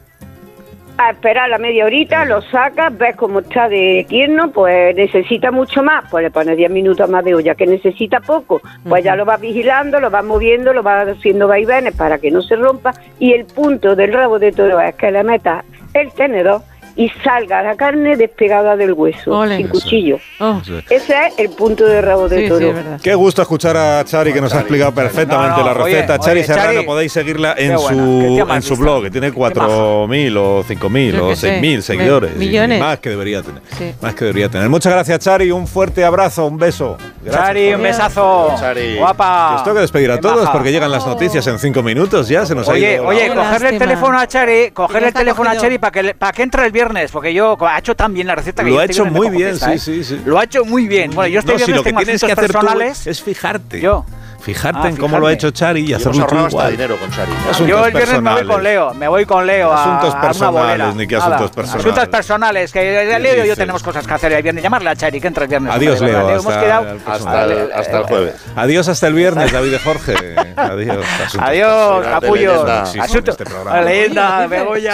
S15: a esperar la media horita, lo sacas, ves cómo está de tierno, pues necesita mucho más, pues le pones 10 minutos más de olla, que necesita poco, pues ya lo vas vigilando, lo vas moviendo, lo vas haciendo vaivenes para que no se rompa y el punto del rabo de toro es que le metas el tenedor y salga la carne despegada del hueso,
S12: Ole.
S15: sin cuchillo.
S12: Oh,
S1: Sí.
S15: Ese es el punto del rabo de toro.
S1: Qué gusto escuchar a Chari que nos ha explicado perfectamente
S4: No, no,
S1: la
S4: oye,
S1: receta.
S4: oye,
S1: Chari Serrano,
S4: Chari,
S1: podéis seguirla
S4: qué
S1: en
S4: buena, qué
S1: su
S4: tía más
S1: en su
S4: lista.
S1: blog, que tiene 4.000 o 5.000
S12: Yo
S1: o
S12: qué sé,
S1: 6.000
S12: me-
S1: seguidores. y
S12: millones.
S1: Más que debería tener.
S12: Sí.
S1: Más que debería tener. Muchas gracias, Chari. Un fuerte abrazo, un beso. Gracias,
S4: Chari, un
S1: Chari.
S4: besazo. Guapa.
S1: Que os tengo que despedir a
S4: Qué
S1: todos
S4: maja.
S1: porque llegan las noticias en 5 minutos ya. Se nos ha
S4: Oye,
S1: ido la
S4: oye,
S1: hora.
S4: cogerle el
S12: Lástima.
S4: teléfono a Chari,
S12: Ya
S4: cogerle el
S12: está
S4: teléfono a
S12: cogido.
S4: Chari para que, para que entre el viernes, porque yo co- ha hecho tan bien la receta que
S1: Lo
S4: yo
S1: ha
S4: este
S1: hecho
S4: viernes
S1: muy
S4: me
S1: bien,
S4: cojo fiesta,
S1: sí,
S4: ¿eh?
S1: sí, sí.
S4: Lo ha hecho muy bien. Bueno, yo estoy
S1: No, si lo que
S4: tengo
S1: tienes que
S4: asuntos
S1: hacer tú
S4: personales.
S1: es fijarte.
S4: Yo.
S1: Fijarte
S4: Ah,
S1: en cómo lo ha
S4: fijarme.
S1: hecho Chari y,
S2: Y hemos
S1: hacerlo tú
S2: ahorrado hasta
S1: igual.
S2: dinero con Chari.
S4: Yo
S1: Asuntos
S4: el viernes me voy
S1: personales.
S4: con Leo, me voy con Leo a-
S1: Asuntos
S4: a,
S1: personales,
S4: una bolera.
S1: ni que asuntos personales.
S4: Asuntos personales, que
S1: ¿Qué
S4: Leo y yo
S1: dices?
S4: tenemos cosas que hacer el viernes. Llamarle a Chari, que entra el viernes.
S1: Adiós,
S4: Vale,
S1: Leo.
S4: vale,
S1: Hasta,
S4: hemos quedado-
S2: Hasta el- hasta el jueves.
S1: Adiós hasta el viernes,
S4: [laughs]
S1: David de Jorge. Adiós. asuntos
S4: Adiós,
S1: personales.
S4: capullos.
S1: No existe en
S4: Asunto-
S1: este programa.
S4: Leyenda, Begoña.